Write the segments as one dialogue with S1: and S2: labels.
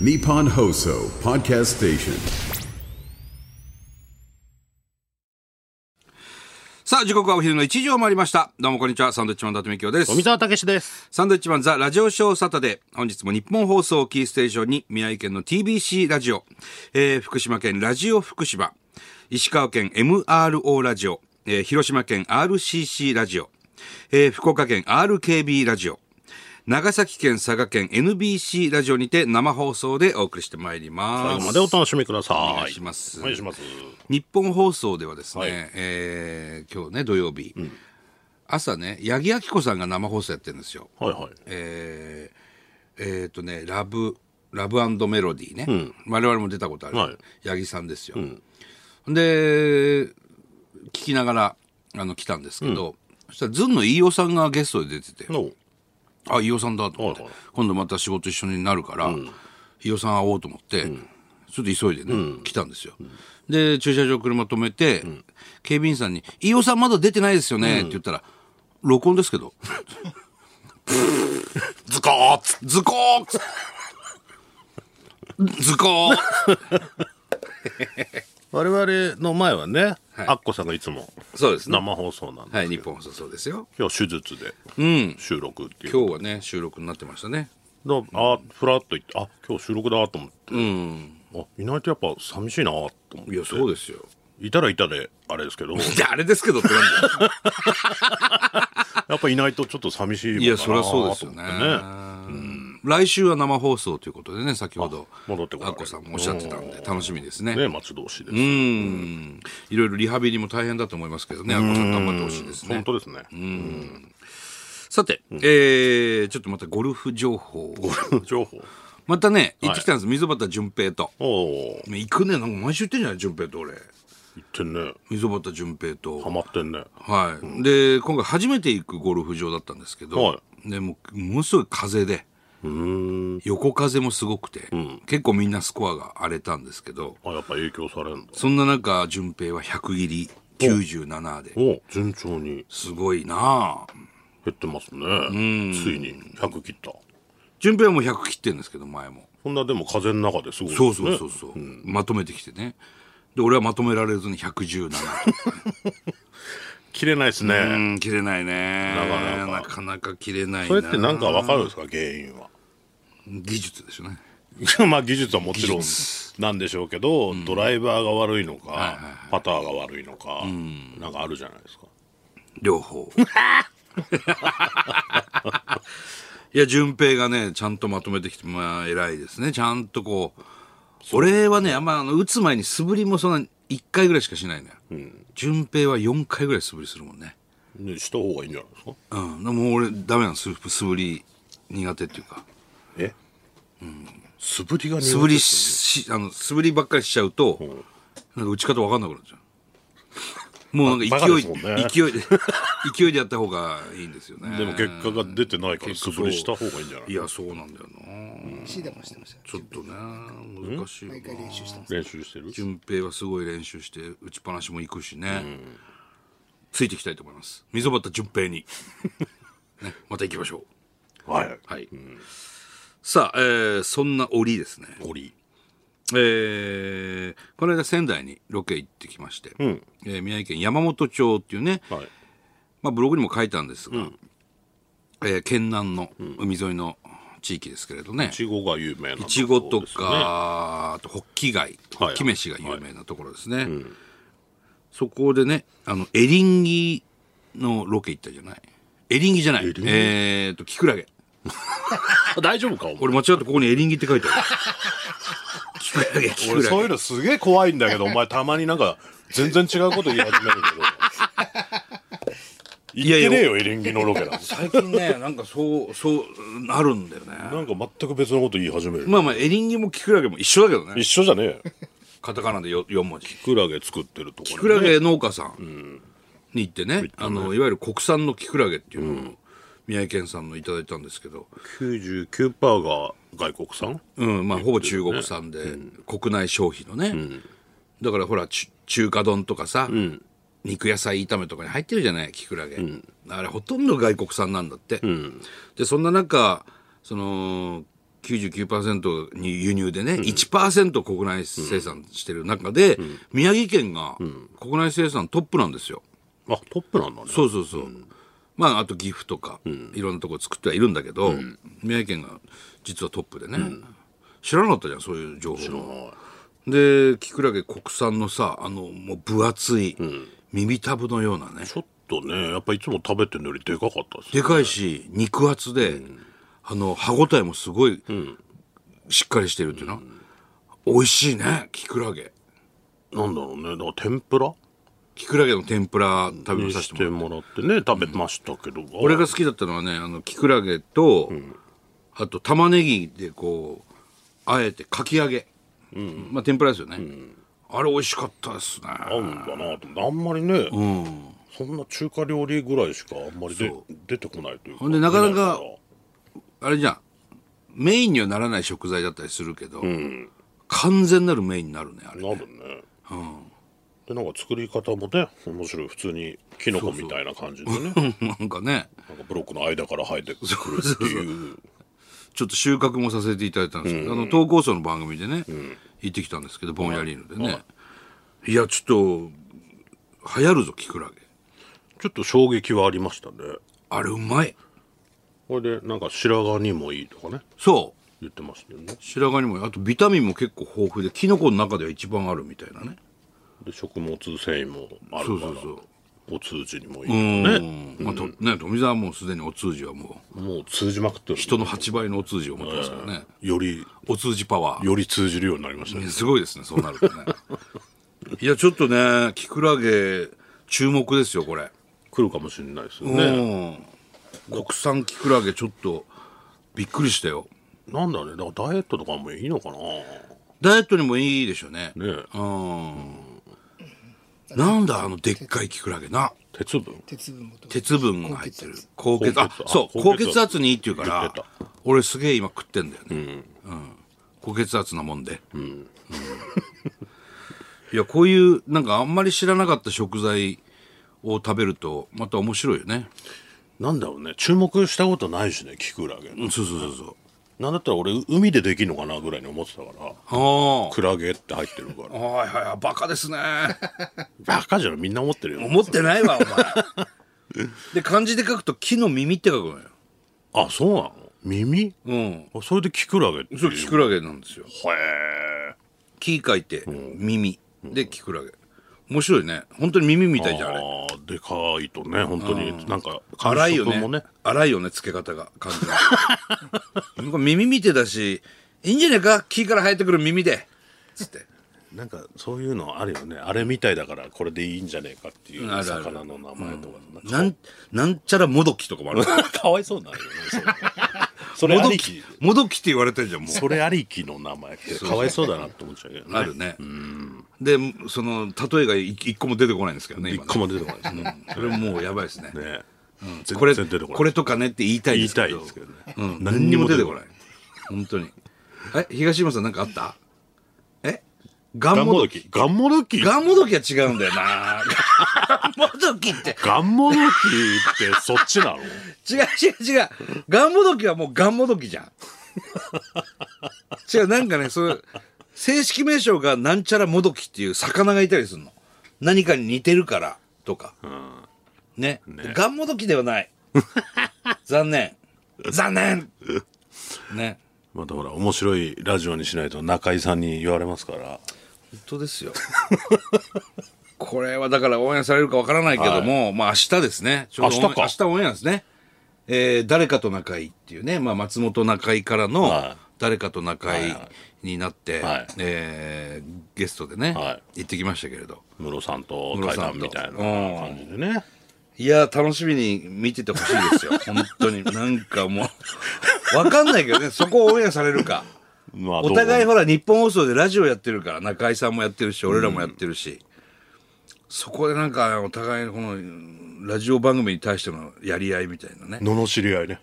S1: Nippon Hoso Podcast Station.
S2: さあ、時刻はお昼の1時を回りました。どうもこんにちは、サンドウィッチマン伊達美京です。
S3: 富澤たけしです。
S2: サンドウィッチマンザ・ラジオショーサタデー。本日も日本放送をキーステーションに、宮城県の TBC ラジオ、えー福島県ラジオ福島、石川県 MRO ラジオ、えー広島県 RCC ラジオ、えー福岡県 RKB ラジオ、長崎県佐賀県 NBC ラジオにて生放送でお送りしてまいります。
S3: 最後までお楽しみください。お
S2: 願いします
S3: お願いします。
S2: 日本放送ではですね、
S3: はい
S2: えー今日ね土曜日、朝ね八木亜希子さんが生放送やってるんですよ
S3: はいはい。
S2: えー、えーとねラブラブメロディーね、我々も出たことある、
S3: はい
S2: 八木さんですよ、で聞きながらあの来たんですけど、そしたらずんの飯尾さんがゲストで出てて、
S3: の、
S2: あ飯尾さんだと思って、
S3: はいはい
S2: 今度また仕事一緒になるから、飯尾さん会おうと思って、ちょっと急いでね、来たんですよ、で駐車場車止めて、警備員さんに「飯尾さんまだ出てないですよね」って言ったら「録音ですけど」
S3: ズコーッつ
S2: ズコーズコー
S3: 我々の前はね、
S2: はい
S3: アッコさんがいつも
S2: そうですね
S3: 生放送なんで、
S2: はい日本放送そうですよ
S3: 今日手術で収録っていう。
S2: 今日はね収録になってましたね
S3: だあ、ふらっと行って、あ、今日収録だと思って。あ、いないとやっぱ寂しいなと思って。
S2: いやそうですよ
S3: いたらいたで、あれです けど、
S2: いやあれですけどってなんだよ
S3: やっぱいないとちょっと寂しいもん
S2: い
S3: だ
S2: や
S3: な
S2: そりゃそうですよね
S3: と思って
S2: うん来週は生放送ということでね先ほど
S3: 戻ってこら
S2: あ
S3: れ
S2: っ
S3: る
S2: こさんもおっしゃってたんで楽しみですね
S3: ね。ね、松戸市です。
S2: うんいろいろリハビリも大変だと思いますけどねあっこさん頑張ってほしいですね
S3: 本当ですね。
S2: さて、えーちょっとまたゴルフ情報を
S3: 情報。
S2: またね行ってきたんです溝端淳平と
S3: おお、
S2: ね行くねなんか毎週行ってんじゃない淳平と俺
S3: 言ってんね。
S2: 溝端淳平と
S3: ハマってんね。
S2: はい、で今回初めて行くゴルフ場だったんですけど、
S3: は
S2: でもうものすごい風で横風もすごくて、結構みんなスコアが荒れたんですけど
S3: あ、やっぱ影響されるんだ。
S2: そんな中順平は100切り97で
S3: お順調に
S2: すごいなあ
S3: 減ってますねついに100切った
S2: 順平はもう100切ってるんですけど前も
S3: そんなでも風の中ですごいです
S2: そ
S3: ね
S2: うそうそうそう、まとめてきてねで俺はまとめられずに117
S3: 切れないです
S2: う
S3: ね
S2: ん切れないね
S3: なか
S2: な
S3: なか
S2: かなか切れない
S3: そ
S2: な
S3: れってなんかわかるんですか原因は
S2: 技術ですよね
S3: まあ技術はもちろんなんでしょうけどドライバーが悪いのかパターが悪いのかなんかあるじゃないですか
S2: 両方 いや順平がねちゃんとまとめてきてまあ偉いですねちゃんとこう俺はねあんまあの打つ前に素振りもそんな1回ぐらいしかしないのよ、順平は4回ぐらい素振りするもんね
S3: ねした方がいいんじゃないですか
S2: うんでも俺ダメなの素素振り苦手っていうか
S3: え素振りが苦手
S2: 素振りししあの素振りばっかりしちゃうと、なんか打ち方わかんなくなっちゃうもうなんか勢い、
S3: バカです
S2: 勢いで 勢いでやった方がいいんですよね
S3: でも結果が出てないから素振りした方がいいんじゃない
S2: いやそうなんだよな
S4: シーダもしてましたよ。
S2: ちょっとね難しいな
S4: 一回練習してます。
S3: 練習してる
S2: 順平はすごい練習して打ちっぱなしも行くしね、ついていきたいと思います溝端順平に、ね、また行きましょ
S3: はい
S2: はいさあ、えーそんな折ですね
S3: ゴリ
S2: えーこの間仙台にロケ行ってきまして、えー宮城県山本町っていうね、
S3: はい
S2: まあ、ブログにも書いたんですが、えー県南の海沿いの地域ですけれどね、
S3: いちごが有名ない
S2: ちごとか、あとホッキ貝、
S3: はい
S2: ホッキ飯が有名なところですね。そこでね、あの、エリンギのロケ行ったじゃない。エリンギじゃない。え
S3: リンギ
S2: ーっと、キクラゲ。
S3: 大丈夫かお前
S2: 俺間違ってここにエリンギって書い てある。キクラゲ、キク
S3: 俺
S2: ラ
S3: そうい
S2: ゲ。
S3: うのすげえ怖いんだ けどお前たまになんか全然違うこと言い始める
S2: やい
S3: けど言
S2: や
S3: ってねえよエリンギのロケなんて
S2: 最近ね、なんかそう、そう、なるんだよね。
S3: なんか全く別のこと言い始める
S2: まあまあ、エリンギもキクラゲも一緒だけどね
S3: 一。緒じゃねえよ
S2: カタカナでよ4文字。
S3: キクラゲ作ってるとこ
S2: キ
S3: ろ
S2: クラゲ農家さんに行ってね、あの、いわゆる国産のキクラゲっていうのを、宮城県産のいただいたんですけど、
S3: 99%が外国産
S2: うん、まあ、ほぼ中国産で、国内消費のね。だから、ほら、ち中華丼とかさ、肉野菜炒めとかに入ってるじゃない、キクラゲ。あれ、ほとんど外国産なんだって。で、そんな中、その、 99%に輸入でね、1%国内生産してる中で、宮城県が国内生産トップなんですよ。
S3: あトップなんだね
S2: そうそうそう、まああと岐阜とか、いろんなとこ作ってはいるんだけど、宮城県が実はトップでね、知らなかったじゃんそういう情報もでキクラゲ国産のさあのもう分厚い、耳たぶのようなね
S3: ちょっとねやっぱいつも食べてるのよりでかかったですね
S2: でかいし肉厚で、あの歯ごたえもすごい、しっかりしてるっていうな、美味しいねキクラゲ
S3: なんだろうねだから天ぷら
S2: キクラゲの天ぷら食べ
S3: に
S2: さ
S3: し
S2: せても
S3: てもらってね食べましたけど、
S2: 俺が好きだったのはねあのキクラゲと、あと玉ねぎでこうあえてかき揚げ、まあ天ぷらですよね、あれ美味しかったですね
S3: 合うんだなと思ってあんまりね、そんな中華料理ぐらいしかあんまりで出てこないというか
S2: ほんでなかなか
S3: 見い
S2: あれじゃんメインにはならない食材だったりするけど、完全なるメインになるねあれ
S3: なるね、でなんか作り方もね面白い普通にキノコみたいな感じでね
S2: なんかね
S3: なんかブロックの間から生えてくるっていう
S2: ちょっと収穫もさせていただいたんですけど、あの投稿層の番組でね、行ってきたんですけどボンヤリーヌでね、い、やちょっと流行るぞキクラゲ
S3: ちょっと衝撃はありましたね
S2: あれうまい
S3: これでなんか白髪にもいいとかね
S2: そう
S3: 言ってましたよね
S2: 白髪にもあとビタミンも結構豊富でキノコの中では一番あるみたいなね
S3: で食物繊維もあ
S2: そ
S3: る
S2: う
S3: か
S2: そ
S3: ら
S2: うそう
S3: お通じにもいいとかね
S2: まあとね、富澤はもうすでにお通じはもう
S3: もう通じまくってる
S2: 人の8倍のお通じを持ってますからね、
S3: より
S2: お通じパワー
S3: より通じるようになりましたね
S2: ねすごいですねそうなるとね いやちょっとねキクラゲ注目ですよこれ、
S3: 来るかもしれないですよね
S2: うん国産キクラゲちょっとびっくりしたよ
S3: なんだろうねだからダイエットとかもいいのかなね
S2: ダイエットにもいいでしょうね
S3: え
S2: うんなんだあのでっかいキクラゲな
S3: 鉄分
S4: 鉄分も取る
S2: 鉄分が入ってる高血
S3: 血圧
S2: あそう高
S3: 高血圧
S2: 血圧にいいって言うか
S3: 言っ
S2: ら
S3: てた
S2: 俺すげえ今食ってんだよね、うん高血圧なもんで、うんいやこういうなんかあんまり知らなかった食材を食べるとまた面白いよね、
S3: なんだろうね注目したことないしねキクラゲ
S2: うん、そうそうそうそう
S3: なんだったら俺海でできるのかなぐらいに思ってたから
S2: あ
S3: クラゲって入ってるか
S2: あ
S3: ら
S2: はいはいはいバカですね
S3: バカじゃないみんな思ってるよ ね
S2: 思ってないわお前で漢字で書くと木の耳って書くのよ
S3: あそうなの耳
S2: うん
S3: あそれでキクラゲって
S2: そうキクラゲなんですよ
S3: へえ
S2: 木書いて耳でキクラゲ面白いね本当に耳みたいじゃんあれ
S3: あーでかいとね本当になんか
S2: 荒
S3: 感
S2: いよ
S3: 触も
S2: ね
S3: ね
S2: 荒いよね付け方が感じが なんか耳見てだしいいんじゃねえか木から生えてくる耳でつって
S3: なんかそういうのあるよねあれみたいだからこれでいいんじゃねえかってい
S2: んあるあ
S3: う
S2: る
S3: 魚の名前とか
S2: な
S3: なん
S2: んなんちゃらもどきとか もある
S3: かかわいそうなんよねそう それ
S2: も
S3: あ
S2: ど
S3: り
S2: き
S3: き
S2: もどきって言われてるじゃんもう
S3: それありきの名前ってかわいそうだなって思っちゃうけどね
S2: あるねでその例えがい一個も出てこないんですけどね
S3: 一
S2: 今
S3: 個も出てこないですね
S2: ねそれもうやばいですね
S3: ね
S2: これ
S3: 全然出てこない
S2: これとかねって言いたい
S3: 言
S2: で
S3: い
S2: すけ
S3: た
S2: ど
S3: いですけどね、
S2: うん、何にも出てこない。本当に。え、東山さんなんかあったえガ
S3: ガ
S2: ン
S3: ン
S2: モ
S3: モド
S2: ド
S3: キ
S2: キ。
S3: ガンモドキ
S2: ガンモドキは違うんだよな。ガンモドキって。
S3: ガンモドキってそっちな
S2: 違う
S3: の
S2: 違う違う。ガンモドキはもうガンモドキじゃん。違う、なんかね、そういう、正式名称がなんちゃらモドキっていう魚がいたりするの。何かに似てるから、とか。ね
S3: ね
S2: ガンモドキでは ない。残念。 残念ね。
S3: またほら面白いラジオにしないと中居さんに言われますから
S2: 本当ですよ これはだから応援されるかわからないけども、まあ明日ですねちょうど
S3: 明日か
S2: 明日オンエアですね、えー誰かと仲いい」っていうね、まあ、松本仲いいからの
S3: はい
S2: 「誰かと仲いい」になって、
S3: はい
S2: えーゲストでね、
S3: は
S2: 行ってきましたけれど
S3: ムロさんと
S2: ムロ
S3: 対
S2: さん
S3: 談
S2: と
S3: みたいな感じでね
S2: いやー楽しみに見ててほしいですよ本当になんかもうわかんないけどねそこをオンエアされるか
S3: まあ
S2: お互い
S3: どう
S2: ほら日本放送でラジオやってるから中居さんもやってるし俺らもやってるし、そこでなんかお互いのこのうんラジオ番組に対してのやり合いみたいなね
S3: も罵り合いね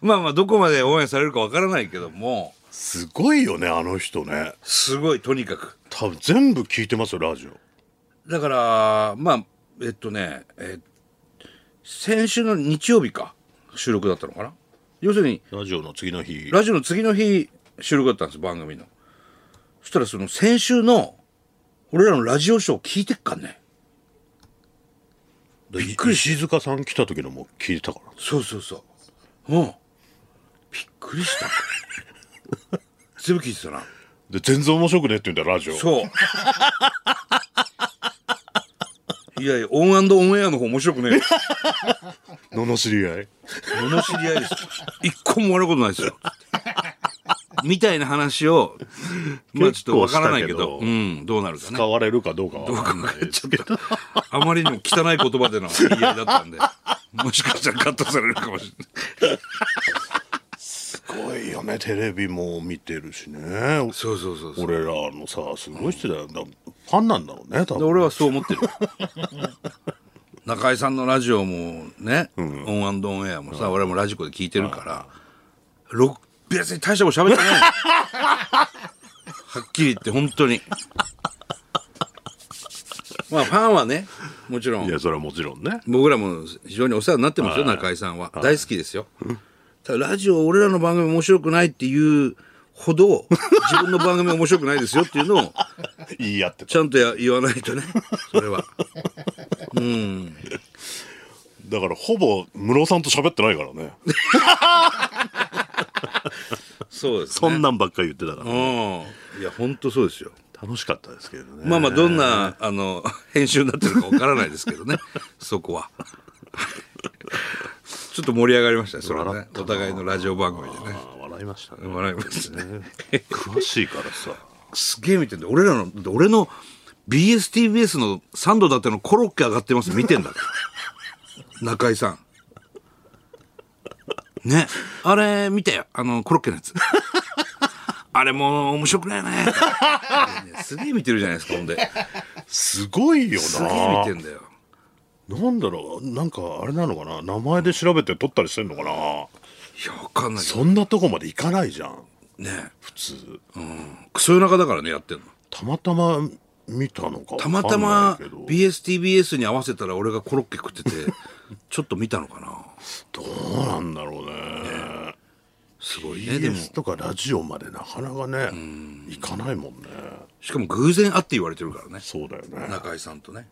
S2: まあまあどこまで応援されるかわからないけども
S3: すごいよねあの人ね
S2: すごいとにかく
S3: 多分全部聞いてますよラジオ
S2: だからまあえっとね、え先週の日曜日か収録だったのかな要するに
S3: ラジオの次の日
S2: ラジオの次の日収録だったんです番組のそしたらその先週の俺らのラジオショー聞いてっかんね
S3: びっくり石塚さん来た時のも聞いてたから
S2: そうそうそううんびっくりした 全部聞いてたな
S3: で全然面白くねって言うんだよラジオ
S2: そう いやいやオンオンエアの方面白くねえ よ
S3: 罵り合い
S2: 罵り合いですよ一個も笑うことないです よみたいな話をまあちょっとわからないけど
S3: 結構したけど
S2: うん、どうなるかね
S3: 使われるかどうかは分かんない
S2: ちょっとあまりにも汚い言葉での言い合いだったんでもしかしたらカットされるかもしれない
S3: すごいよねテレビも見てるしね
S2: そうそうそうそう
S3: 俺らのさすごい人だよだファンなんだろうね多
S2: で
S3: 分
S2: 俺はそう思ってる 中井さんのラジオもね、オンオンエアもさ、俺もラジコで聞いてるから、ろ別に大したこと喋ってないはっきり言って本当にまあファンはねもちろん
S3: いやそれはもちろんね
S2: 僕らも非常にお世話になってますよ、中井さんは、大好きですよただラジオ俺らの番組面白くないっていうほど自分の番組面白くないですよっていうのを
S3: 言い合ってた
S2: ちゃんとや言わないとねそれは
S3: だからほぼ室尾さんと喋ってないからね
S2: そうですね
S3: そんなんばっかり言ってたから、
S2: うんいや本当そうですよ
S3: 楽しかったですけどね
S2: まあまあどんなあの編集になってるかわからないですけど ねそこはちょっと盛り上がりましたねそれは
S3: 笑
S2: ね
S3: った
S2: お互いのラジオ番組でね
S3: あー笑いましたね
S2: 笑いましたね
S3: 詳しいからさ
S2: すげえ見てんだよ俺らのだって俺の BSTBS のサンドだってのコロッケ上がってます見て んだから中井さんねあれ見てよあのコロッケのや つあれも面白くないよねいやすげえ見てるじゃないですかほんです
S3: ごいよ
S2: すげえ
S3: な
S2: 見てんだよ
S3: なんだろうなんかあれなのかな名前で調べて撮ったりしてんのかない
S2: やわかんないけ
S3: そんなとこまで行かないじゃん
S2: どね
S3: 普通
S2: クソ夜中だからねやってんの
S3: たまたま見たのかわ
S2: た
S3: かんな
S2: ま
S3: いけど
S2: たま BSTBS に合わせたら俺がコロッケ食っててちょっと見たのかな
S3: どうなんだろうね
S2: すごいねでも
S3: BS とかラジオまでなかなかね行かないもんね
S2: しかも偶然会って言われてるからね
S3: そうだよね
S2: 中井さんとね、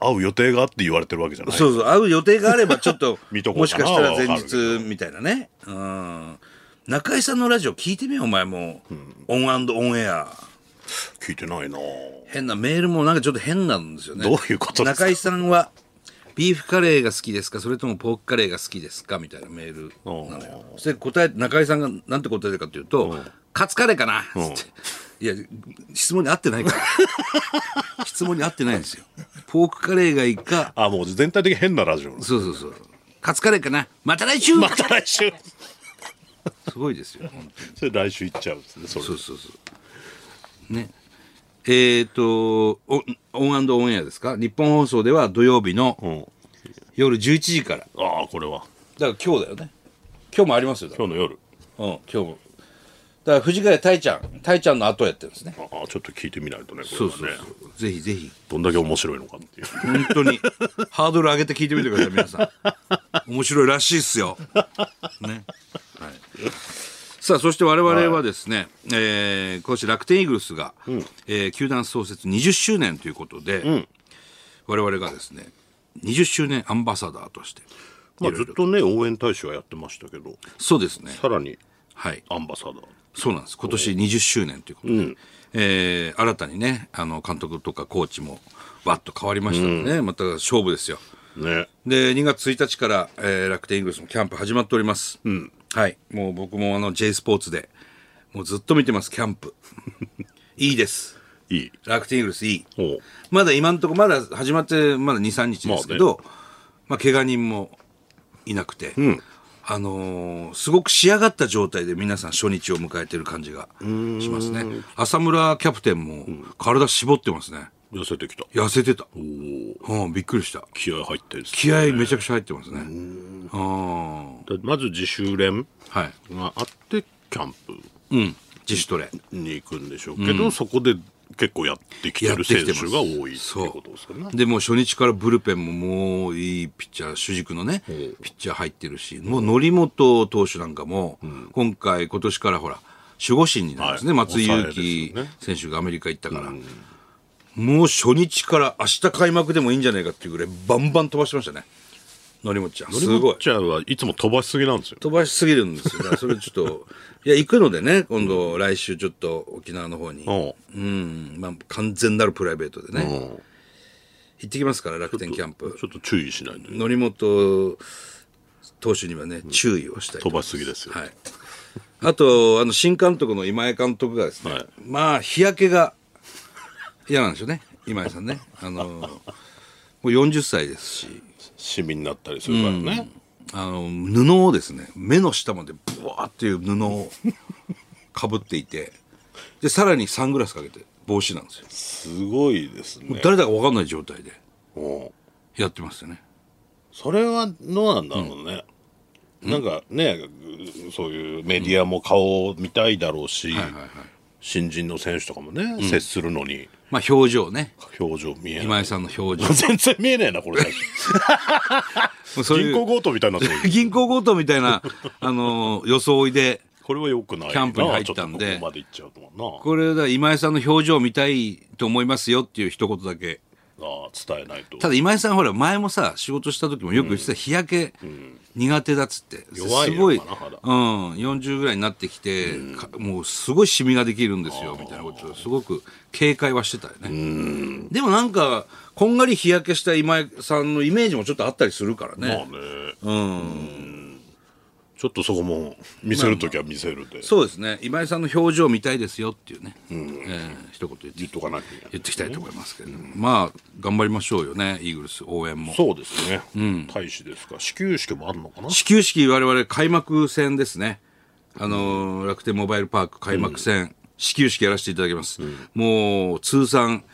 S3: 会う予定があって言われてるわけじゃない
S2: そうそう会う予定があればちょっ と
S3: 見とこう
S2: もし
S3: か
S2: か
S3: な
S2: したら
S3: は
S2: 前
S3: わかるけど
S2: 日みたいなねうん中井さんのラジオ聞いてみよお前もう、オンオンエア
S3: 聞いてないな
S2: 変なメールもなんかちょっと変なんですよね
S3: どういうことですか
S2: 中井さんはビーフカレーが好きですかそれともポークカレーが好きですかみたいなメールなのよそして答え中井さんがなんて答えてるかというと「カツカレーかな」つっていや質問に合ってないから 質問に合ってないんですよポークカレーがいいか
S3: あもう全体的に変なラジオです
S2: そうそうそうカツカレーかなまた来週、
S3: また来週
S2: すごいですよ本当に
S3: それ来週行っちゃうんですねそれ
S2: そうそうそうねえっ、とおオンオンエアですか日本放送では土曜日の「
S3: うん
S2: 夜11時からだか
S3: ああこれは
S2: ら今日だよね今日もありますよだか
S3: 今日の夜
S2: らうん今日もだから藤ヶ谷太ちゃん太ちゃんの後やってるんですね
S3: ああちょっと聞いてみないとねこれはね
S2: そうそうそうぜひぜひ
S3: どんだけ面白いのかっていう
S2: 本当にハードル上げて聞いてみてください皆さん面白いらしいっすよねはいさあそして我々はですね、えー今年楽天イーグルスが、えー球団創設20周年ということで、我々がですね20周年アンバサダーとして
S3: まあずっとね応援大使はやってましたけど
S2: そうですね
S3: さらに
S2: はい
S3: アンバサダー
S2: そうなんです今年20周年ということで、えー新たにねあの監督とかコーチもわっと変わりましたので、ねまた勝負ですよ
S3: ね
S2: で2月1日から、えー楽天イーグルスのキャンプ始まっております、はいもう僕もあの J スポーツでもうずっと見てますキャンプいいです
S3: いい
S2: 楽天イーグルスいい
S3: おう
S2: まだ今のところまだ始まってまだ23日ですけど、まあ怪我人もいなくて、あのーすごく仕上がった状態で皆さん初日を迎えてる感じがしますね浅村キャプテンも体絞ってますね
S3: 痩せてきた
S2: 痩せてた、うん、びっくりした
S3: 気合入ってるんです
S2: 気合めちゃくちゃ入ってますねうん
S3: でまず自主練
S2: はい
S3: があってキャンプ
S2: うん自主トレ
S3: に行くんでしょうけど、そこで結構やってきてる選手が多いっていうことですよね。
S2: でもう初日からブルペンももういいピッチャー主軸のねピッチャー入ってるしもう則本投手なんかも今回今年からほら守護神になるんですね、
S3: はい
S2: 松井裕樹
S3: 抑えですよね
S2: 選手がアメリカ行ったから、もう初日から明日開幕でもいいんじゃないかっていうぐらいバンバン飛ばしてましたね則本ちゃんす
S3: ピ
S2: ごい
S3: ッチャーはいつも飛ばしすぎなんですよ。
S2: 飛ばしすぎるんですよだからそれちょっと いや行くのでね今度来週ちょっと沖縄の方に
S3: うん
S2: うん、まあ、完全なるプライベートでね、
S3: うん
S2: 行ってきますから楽天キャンプ
S3: ちょっと注意しないと。
S2: 則本投手にはね注意をしたいと
S3: 飛ばしすぎですよ。
S2: はい、あとあの新監督の今井監督がですね、
S3: はい
S2: まあ日焼けが嫌なんですよね今井さんねあのもう40歳ですし
S3: 市民になったりするからね。
S2: あの布をですね目の下までブワーっていう布をかぶっていてでさらにサングラスかけて帽子なんですよ
S3: すごいですね。
S2: 誰だか分かんない状態で
S3: うん
S2: やってますよね
S3: それはどうなんだろうね。なんかね、そういうメディアも顔を見たいだろうし、
S2: はいはい
S3: 新人の選手とかもね、接するのに
S2: まあ表情ね
S3: 表情見えない。
S2: 今井さんの表情
S3: 全然見えねえな、これ。
S2: もう そういう
S3: 銀行強盗 みたいになってる。
S2: 銀行強盗みたいな、あのー装いで、
S3: これは良くないな。
S2: キャンプに入ったんで
S3: ちょっとここまで行っちゃうと思
S2: これだ、今井さんの表情を見たいと思いますよっていう一言だけ。
S3: うな。ああ伝えないと。
S2: ただ今井さんほら、前もさ、仕事した時もよく言ってた日焼け苦手だっつって。
S3: 弱い
S2: すごい、う
S3: のかな肌
S2: ん、40ぐらいになってきて、かもうすごいシミができるんですよ、みたいなことをすごく警戒はしてたよね。でもなんか、こんがり日焼けした今井さんのイメージもちょっとあったりするから
S3: まあ
S2: ね。
S3: ね。うんちょっとそこも見せるときは見せるで。
S2: そうですね、今井さんの表情を見たいですよっていうね、えー一言言って
S3: 言っとかなきゃいけない
S2: 言っていきたいと思いますけれども、まあ頑張りましょうよねイーグルス応援も
S3: そうですね。大使ですか。始球式もあるのかな。
S2: 始球式我々開幕戦ですねあのー楽天モバイルパーク開幕戦、始球式やらせていただきます、もう通算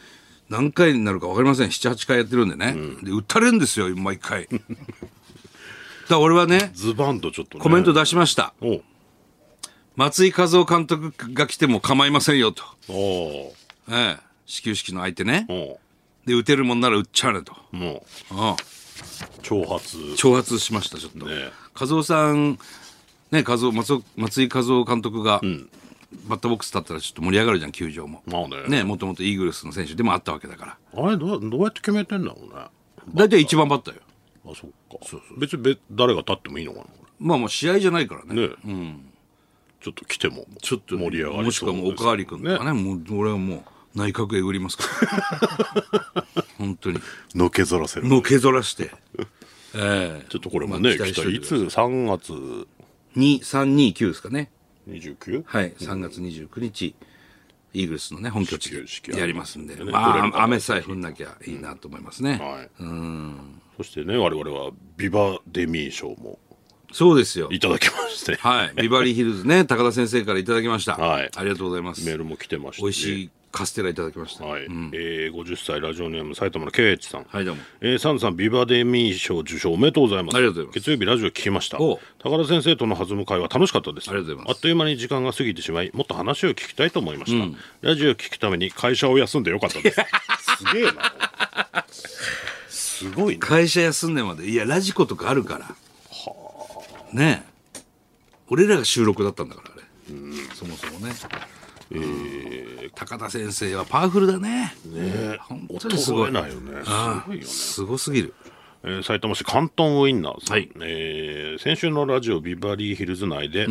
S2: 何回になるか分かりません78回やってるんでね、で打たれるんですよ毎回 だから俺はね
S3: ズバンとちょっとね。
S2: コメント出しました、
S3: おう。
S2: 松井一夫監督が来ても構いませんよと、
S3: おう。
S2: ええ、始球式の相手ね、
S3: お
S2: で打てるもんなら打っちゃうねと、
S3: う。も
S2: うん、
S3: う挑発。
S2: 挑発しましたちょっと、
S3: ね
S2: 和夫さんね和夫松尾松井和夫監督が、バッターボックス立ったらちょっと盛り上がるじゃん球場も、
S3: まあね
S2: ねもともとイーグルスの選手でもあったわけだから
S3: あれどうどうやって決めてんだろうね。あ
S2: 大体一番バッターよ
S3: そっか。別に別誰が立ってもいいのか
S2: まあもう試合じゃないからね
S3: な。ね。うん。ちょっと来ても
S2: ちょっと
S3: 盛り上がり
S2: もしくはもうおかわり君とかねもう俺はもう内閣えぐりますから 本当に
S3: のけぞらせる。
S2: のけぞらしてええ
S3: ちょっとこれもね、
S2: まあ
S3: 期
S2: 期待し
S3: 待
S2: とい
S3: い
S2: てくだ
S3: つ
S2: さい
S3: 3月
S2: 二三二九ですかね
S3: 29?
S2: はい、3月29日、イーグルスのね、本拠地
S3: 始球式
S2: でやりますんで、
S3: ね
S2: ま
S3: どれも
S2: あ、雨さえ降んなきゃいいなと思いますね。
S3: はい。そしてね、我々はビバデミー賞も
S2: そうですよ。
S3: いただきまして、
S2: はい。ビバリーヒルズね、高田先生からいただきました。
S3: はい
S2: ありがとうございます。
S3: メールも来てまして、
S2: 美味しいカステラいただきました。
S3: はい、えー、50歳ラジオネーム埼玉の圭一さん。
S2: はいどうも
S3: えーサンドさん、ビバデミー賞受賞おめでとうございます。
S2: ありがとうございます
S3: 月曜日ラジオ聞きました。
S2: おう
S3: 高田先生との弾む会は楽しかったです。
S2: ありがとうございます
S3: あっという間に時間が過ぎてしまい、もっと話を聞きたいと思いました。ラジオを聞くために会社を休んでよかった です。すげえな。すごいね。
S2: 会社休んでまで、いや、ラジコとかあるから。ねえ俺らが収録だったんだから、あれ。そもそもね。高田先生はパワフルだね。
S3: ね
S2: 本当にす
S3: 衰
S2: ご
S3: え
S2: い。
S3: ないよね。す
S2: ああ
S3: ごいよね。
S2: すごすぎる。
S3: えー、埼玉市関東ウインナーさん、
S2: はい
S3: えー先週のラジオビバリーヒルズ内で、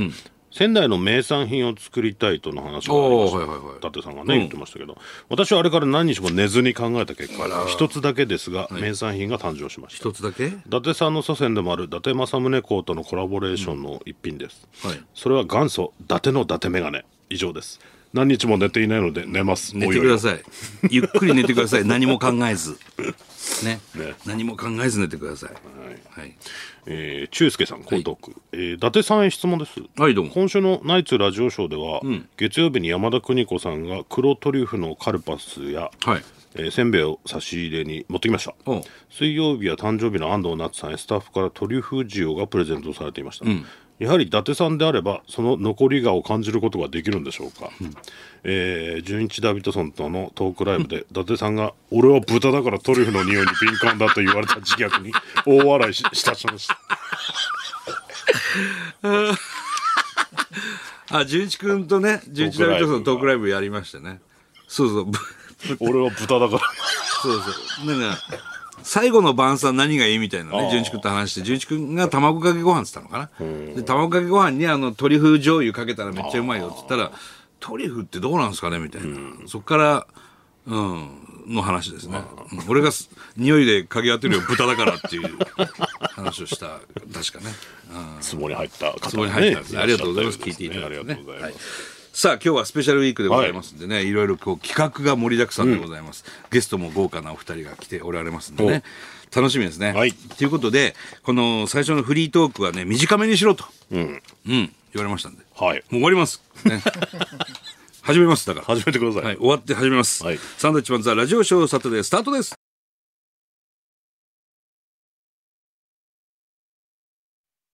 S3: 仙台の名産品を作りたいとの話がありました、
S2: おーはいはいはい
S3: 伊達さんがね、言ってましたけど私はあれから何日も寝ずに考えた結果一つだけですが、名産品が誕生しました
S2: 一つだけ
S3: 伊達さんの祖先でもある伊達政宗公とのコラボレーションの一品です、
S2: はい
S3: それは元祖伊達の伊達メガネ以上です何日も寝ていないので寝ます
S2: 寝てくだ
S3: い
S2: さい。 ゆっくり寝てください。何も考えず。ね。
S3: ね
S2: 何も考えず寝てください。はい。
S3: えー、中介さん江東区、えー伊達さんへ質問です
S2: はい、どうも。
S3: 今週のナイツラジオショーでは、月曜日に山田邦子さんが黒トリュフのカルパスや、
S2: はい。
S3: えーせんべいを差し入れに持ってきました
S2: おう
S3: 水曜日は誕生日の安藤夏さんへスタッフからトリュフ塩がプレゼントされていました、やはり伊達さんであればその残りがを感じることができるんでしょうか、えー、純一ダビッドソンとのトークライブで伊達さんが「俺は豚だからトリュフの匂いに敏感だ」と言われた自虐に大笑いししたしました
S2: あ純一君とね純一ダビッドソンのトークライブやりましたねそうそうぶ
S3: 「俺は豚だから
S2: そうそうなんか最後の晩餐何がいいみたいな
S3: あ
S2: ね
S3: ー
S2: 純一君と話して純一君が卵かけご飯っつったのかなで卵かけご飯にあのトリュフ醤油かけたらめっちゃうまいよっつったらトリュフってどうなんですかねみたいな、そっからうんの話ですね、うん俺がす 匂いで嗅ぎ当てるよ豚だからっていう話をした確かね」
S3: 壺に入った方がね
S2: 壺に入ったんですねありがとうございます
S3: らっしゃった
S2: 聞い
S3: よう
S2: ていただいてね
S3: ですねありがとうございます、
S2: さあ今日はスペシャルウィークでございますんでね、い、ろいろこう企画が盛りだくさんでございます、ゲストも豪華なお二人が来ておられますんでね楽しみですね。
S3: はい
S2: ということでこの最初のフリートークはね短めにしろと、うん言われましたんでも
S3: はい、
S2: う終わります、ね、 始めますだから、
S3: 始めてください、
S2: はい、終わって始めます、
S3: はい
S2: サンドウィッチマンザラジオショーサタデースタートです